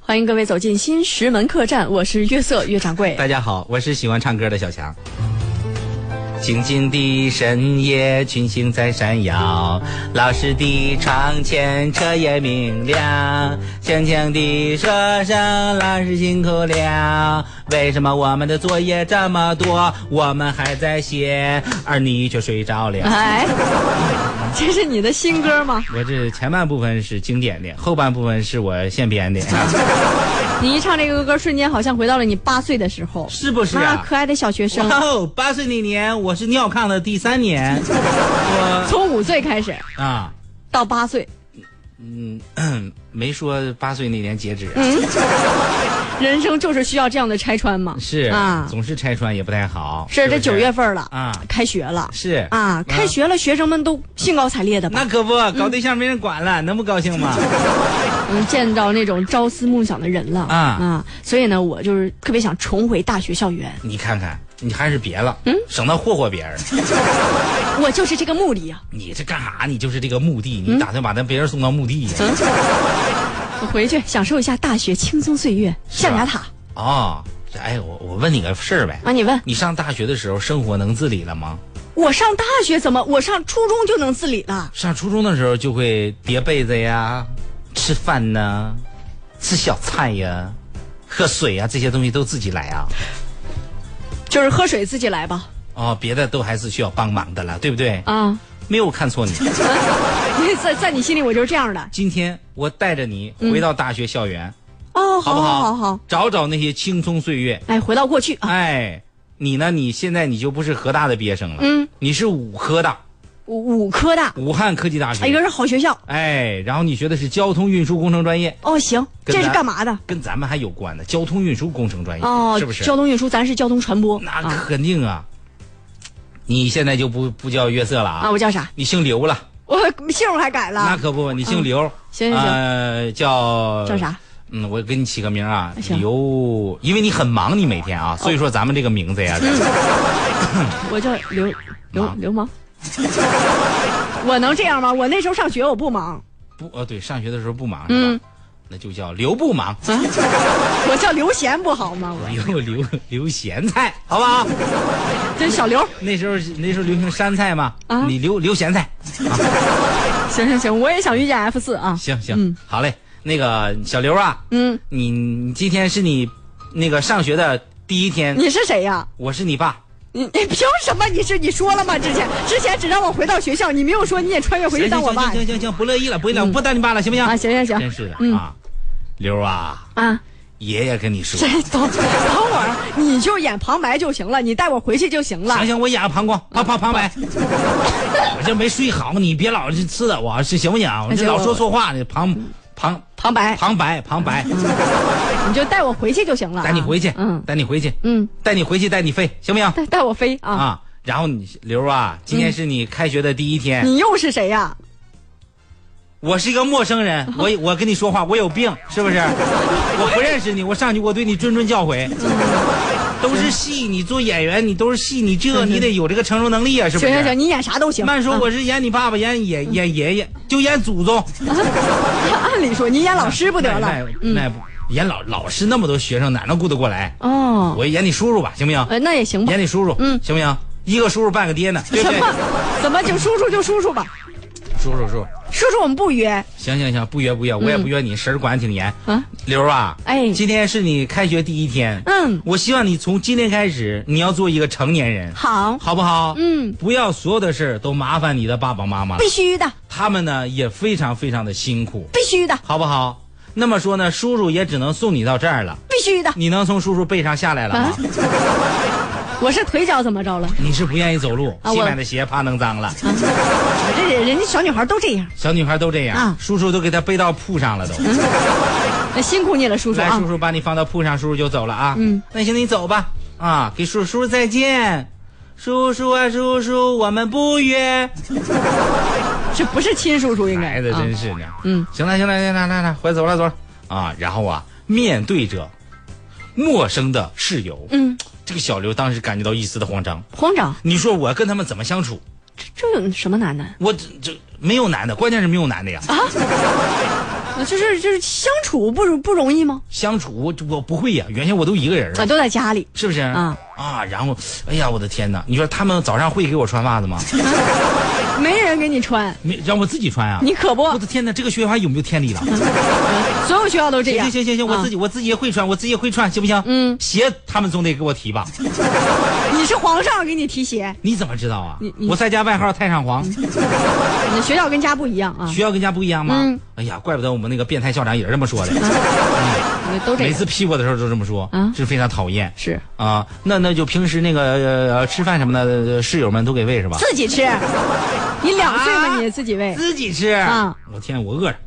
欢迎各位走进新石门客栈，我是月色月掌柜。大家好，我是喜欢唱歌的小强。静静的深夜，群星在闪耀，老师的床前彻夜明亮，轻轻地说声老师辛苦了。为什么我们的作业这么多，我们还在写，而你却睡着了？哎， 这是你的新歌吗？我这前半部分是经典的，后半部分是我现编的，你一唱这个歌，瞬间好像回到了你八岁的时候，是不是那啊？可爱的小学生，哇哦，八岁那年我是尿炕的第三年，我从五岁开始啊。到八岁，嗯，没说八岁那年截止，嗯人生就是需要这样的拆穿嘛。是啊，总是拆穿也不太好。是不这九月份了啊开学了是啊，开学了，学生们都兴高采烈的吧？那可不，搞对象没人管了，能不高兴吗？嗯，见到那种朝思暮想的人了啊啊，所以呢，我就是特别想重回大学校园， 你看看，你还是别了，嗯省得霍霍别 人。我就是这个目的啊呀。你这干啥？你就是这个墓地，你打算把咱别人送到墓地呀？嗯，我回去享受一下大学青葱岁月，是吧象牙塔哦，这哎，我我问你个事儿呗，啊！你问你上大学的时候生活能自理了吗？我上大学怎么？我上初中就能自理了？上初中的时候就会叠被子呀，吃饭呢，吃小菜呀，喝水呀，这些东西都自己来啊。就是喝水自己来吧。哦，别的都还是需要帮忙的了，对不对？啊，没有看错你。 在在 你心里我就是这样的。今天我带着你嗯回到大学校园，哦，好不好好？好好。找找那些青葱岁月。哎，回到过去啊，哎，你呢？你现在你就不是河大的毕业生了，嗯，你是武科大，五五科大，武汉科技大哎，一学。个是好学校。哎，然后你学的是交通运输工程专业，哦，行，跟这是咱干嘛的？跟咱们还有关呢。交通运输工程专业，哦，是不是？交通运输，咱是交通传播那啊肯定啊。你现在就不不叫约瑟了啊？啊！我叫啥？你姓刘了，我姓儿还改那了，可不，你姓刘。啊行行行呃，叫叫啥？嗯，我给你起个名儿啊，行哦刘，因为你很忙，你每天啊，所以说咱们这个名字呀， 我叫刘刘忙流氓。 我能这样吗？我那时候上学我不忙，不，呃，对，上学的时候不忙是吧？嗯那就叫刘不忙， 我叫刘贤不好吗？我刘刘刘咸菜，好不好？这小刘。那时候那时候流行山菜嘛，啊你刘刘咸菜，行行行，我也想遇见 F 四啊。行行，嗯好嘞，那个小刘啊，嗯，你你今天是你那个上学的第一天，你是谁呀、我是你爸，你你凭什么？你是你说了吗？之前之前只让我回到学校，你没有说你也穿越回去行当我爸行行行行，不乐意了，不乐意了，不当你爸了，行不行？啊？行行真行是的、嗯啊，刘啊，啊，爷爷跟你说这。等等会儿你就演旁白就行了，你带我回去就行了行。行，我演个膀胱，嗯旁旁旁白。我这没睡好，你别老是刺的我，是行不行？我这行老我说错话呢，旁旁旁白，旁白旁白，你就带我回去就行了啊。带你回去，嗯带你回去，嗯，带你回去，带你飞，行不行？带带我飞啊！啊，然后你刘啊，今天是你开学的第一天，你又是谁呀、我是一个陌生嗯人，我我跟你说话，我有病，是不是？我不认识你，我上去我对你谆谆教诲，嗯都是戏，你做演员你都是戏，你这你得有这个承受能力啊，是不行是？行行，你演啥都行。嗯慢说啊我是演你爸爸，演爷演爷爷，就演祖宗。 按理说你演老师不得了嗯那。那不演老老师那么多学生，哪能顾得过来？哦，我演你叔叔吧，行不行？呃，那也行吧演。你叔叔，嗯行不行？一个叔叔半个爹呢，对不什对？么？怎么就叔叔就叔叔吧？ 叔叔叔，叔叔我们不约。行行行，不约不约，我也不约你，婶儿管得挺严。啊刘啊，嗯哎今天是你开学第一天，嗯，我希望你从今天开始，你要做一个成年人，好，好不好？嗯，哎不要所有的事儿都麻烦你的爸爸妈妈了，必须的，他们呢也非常非常的辛苦。必须的，好不好？那么说呢，叔叔也只能送你到这儿了。必须的。你能从叔叔背上下来了啊吗？我是腿脚怎么着了？你是不愿意走路，啊我新买的鞋怕弄脏了。我这人家小女孩都这样。小女孩都这样，啊叔叔都给她背到铺上了都。那辛苦你了，叔叔来，啊叔！叔把你放到铺上，叔叔就走了啊。嗯，那行，你走吧。啊，给叔叔再见，叔叔啊，叔叔，我们不约。这不是亲叔叔应该孩子啊真是的。嗯，行了，行了，行了，来来，回走了，走了。啊，然后啊，面对着陌生的室友，嗯，这个小刘当时感觉到一丝的慌张。慌张，你说我跟他们怎么相处？这有什么难的？啊我这这没有男的，关键是没有男的呀。就是就是相处不容不容易吗？相处我我不会呀、原先我都一个人啊，啊，都在家里，是不是？啊啊，然后，哎呀，我的天哪！你说他们早上会给我穿袜子吗？没人给你穿，没让我自己穿啊！你可不我，的天哪，这个学法有没有天 理了？所有学校都这行样。行行行行，我自己，己我自己也会穿，我自己也会穿，行不行？嗯，鞋他们总得给我提吧？你是皇上给你提鞋，你怎么知道啊你？你嗯我在家外号太上皇，你学校跟家不一样啊，学校跟家不一样吗？嗯哎呀，怪不得我们那个变态校长也是这么 说的，都这每样次批我的时候都这么说，啊是非常讨厌。是啊，那那就平时那个呃吃饭什么的，呃室友们都给喂是吧？自己吃。你两岁了，啊你自己喂自己吃啊！我天，我饿着，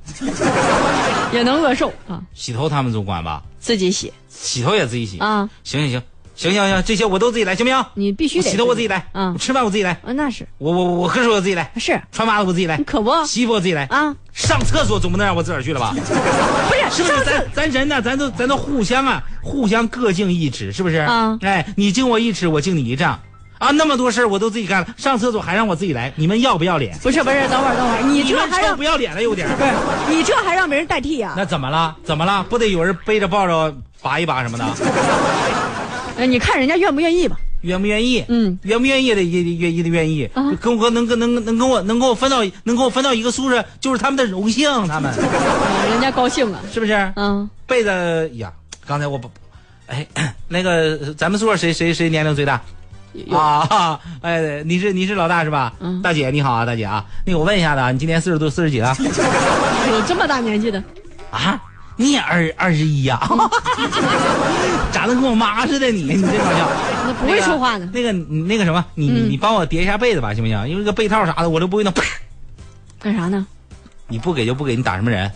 也能饿瘦啊，洗头他们总管吧？自己洗洗头也自己洗啊，行行行行行行，这些我都自己来，行不行？你必须我得洗头我自己来，啊我吃饭我自己来，啊，那是我我我喝水我自己来，是，穿袜子我自己来你，可不洗衣服我自己来，啊，上厕所总不能让我自个儿去了吧？不是是不是？咱咱人呢、咱都咱都互相啊，互相各敬一尺，是不是？啊哎，你敬我一尺，我敬你一丈，啊，那么多事儿我都自己干了，上厕所还让我自己来，你们要不要脸？不是不是，等会儿等会儿，你这们还臭让不要脸了，有点儿。不是你这还让别人代替啊呀、那怎么了？怎么了？不得有人背着抱着拔一拔什么的，呃你看人家愿不愿意吧？愿不愿意？嗯，愿不愿意的也得愿也得愿意。啊跟我能跟能能跟我能跟我分到能跟我分到一个宿舍，就是他们的荣幸，他 们呃人家高兴了，是不是？嗯，被子呀，刚才我不，哎，那个咱们宿舍谁谁谁年龄最大？啊，哎，你是你是老大是吧？嗯大姐你好啊，大姐啊，那个我问一下子啊，你今年四十多四十几了？有这么大年纪的，啊，你也二二十一呀？ 咋的跟我妈似的你？你这搞笑，那不会说话呢。那个你那个什么，你你嗯你帮我叠一下被子吧，行不行？因为这个被套啥的我都不会弄， 啪干啥呢？你不给就不给，你打什么人？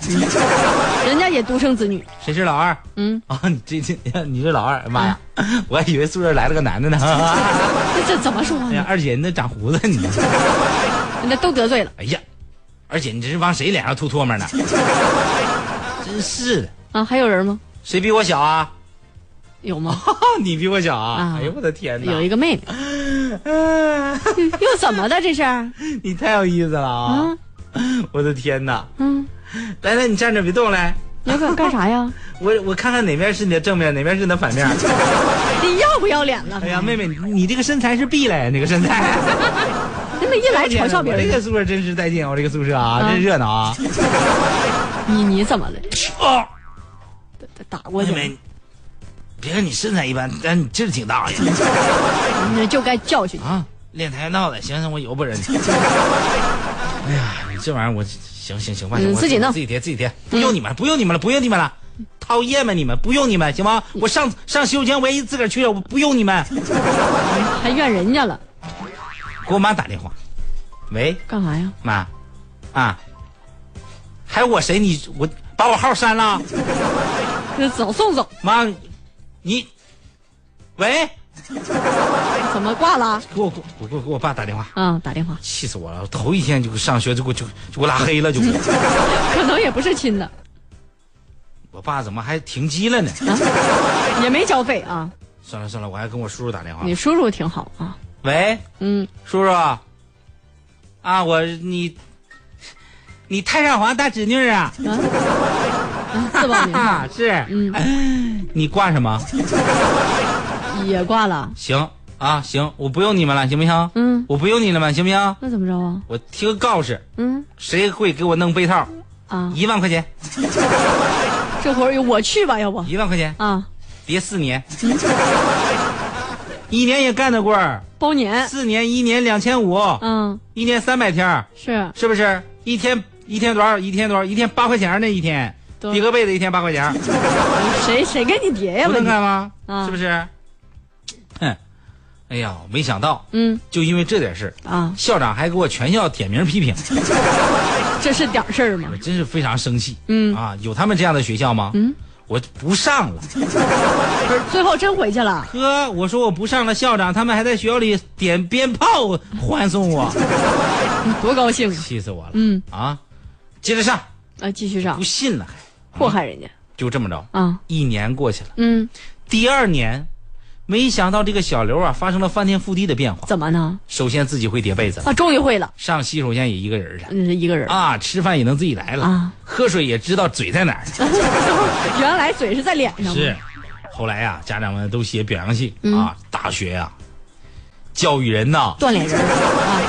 人家也独生子女，谁是老二？嗯，啊，你这这 你是老二，妈呀， 我还以为宿舍来了个男的呢。 这这怎么说话哎呀，呢？二姐，你那长胡子，你，那都得罪了哎呀，二姐，你这是往谁脸上吐唾沫呢？ 真是的，啊？还有人吗？谁比我小啊？ 有吗？哈哈，你比我小啊！啊哎呦，我的天哪！有一个妹妹，啊 又怎么的这是？ 你太有意思了啊！啊， 我的天哪！嗯，来来，你站着别动来，你要干干啥呀？我我看看哪边是你的正面，哪边是你的反 面。 你要不要脸了哎？呀，妹妹，你你这个身材是必嘞，你这个身材。那么一哎来嘲笑别我这人，个宿舍真是带劲，我这个宿舍啊，啊真热闹 啊！你你怎么了？哦，打过妹去妹，别看你身材一般，但你劲儿挺大呀。了，嗯你就该教训你。啊，练抬闹的，行行，我由不人。 哎呀，你这玩意儿我行行行吧，行嗯我自己弄自己叠自己叠，不用你们，不用你们了，不用你们了，讨厌吗你们？不用你们行吗？我上上洗手间我也自个儿去了，我不用你们。还怨人家了，给我妈打电话，喂，干啥呀？妈，啊，还有我谁？你我把我号删了，那早送走，妈，你，喂，怎么挂了？给我给我给我给我爸打电话。啊，打电话，气死我了！头一天就上学就给我就就给我拉黑了，就给我可能也不是亲的，我爸怎么还停机了呢？也没交费啊。算了算了，我还跟我叔叔打电话。你叔叔挺好啊，喂，嗯，叔叔，啊，我你，你太上皇大侄女儿啊？啊，啊自报名号啊，是，嗯，你挂什么？也挂了，行啊，行，我不用你们了，行不行？嗯，我不用你了们，行不行？那怎么着啊？我贴个告示，嗯，谁会给我弄被套？啊，一万块钱，这活儿我去吧，要不一万块钱，啊，别四年， 一年也干得过儿，包年，四年一年两千五，嗯，一年三百天儿。是是不是？一天一天多少？一天多少？一天八块钱儿呢？一天对叠个被子一天八块钱儿，谁谁跟你叠呀？不能问你，干吗？啊是不是？哼，哎呀，没想到，嗯就因为这点事儿，啊，校长还给我全校点名批评，这是点儿事儿吗我？真是非常生气。嗯，啊，有他们这样的学校吗？嗯，我不上了。不是，最后真回去了，哥，我说我不上了，校长他们还在学校里点鞭炮欢送我，你多高兴啊！ 气死我了。嗯啊，接着上，啊，继续上不，信了还祸害人家就这么着，啊，一年过去了。嗯，第二年，没想到这个小刘啊，发生了翻天覆地的变化。怎么呢？首先自己会叠被子了，啊，终于会了，上洗手间也一个人了嗯，是一个人。啊，吃饭也能自己来了，啊喝水也知道嘴在哪儿。 原来嘴是在脸上，是，后来啊，家长嗯啊们都写表扬信、啊，大学呀、教育人呐，锻炼人啊，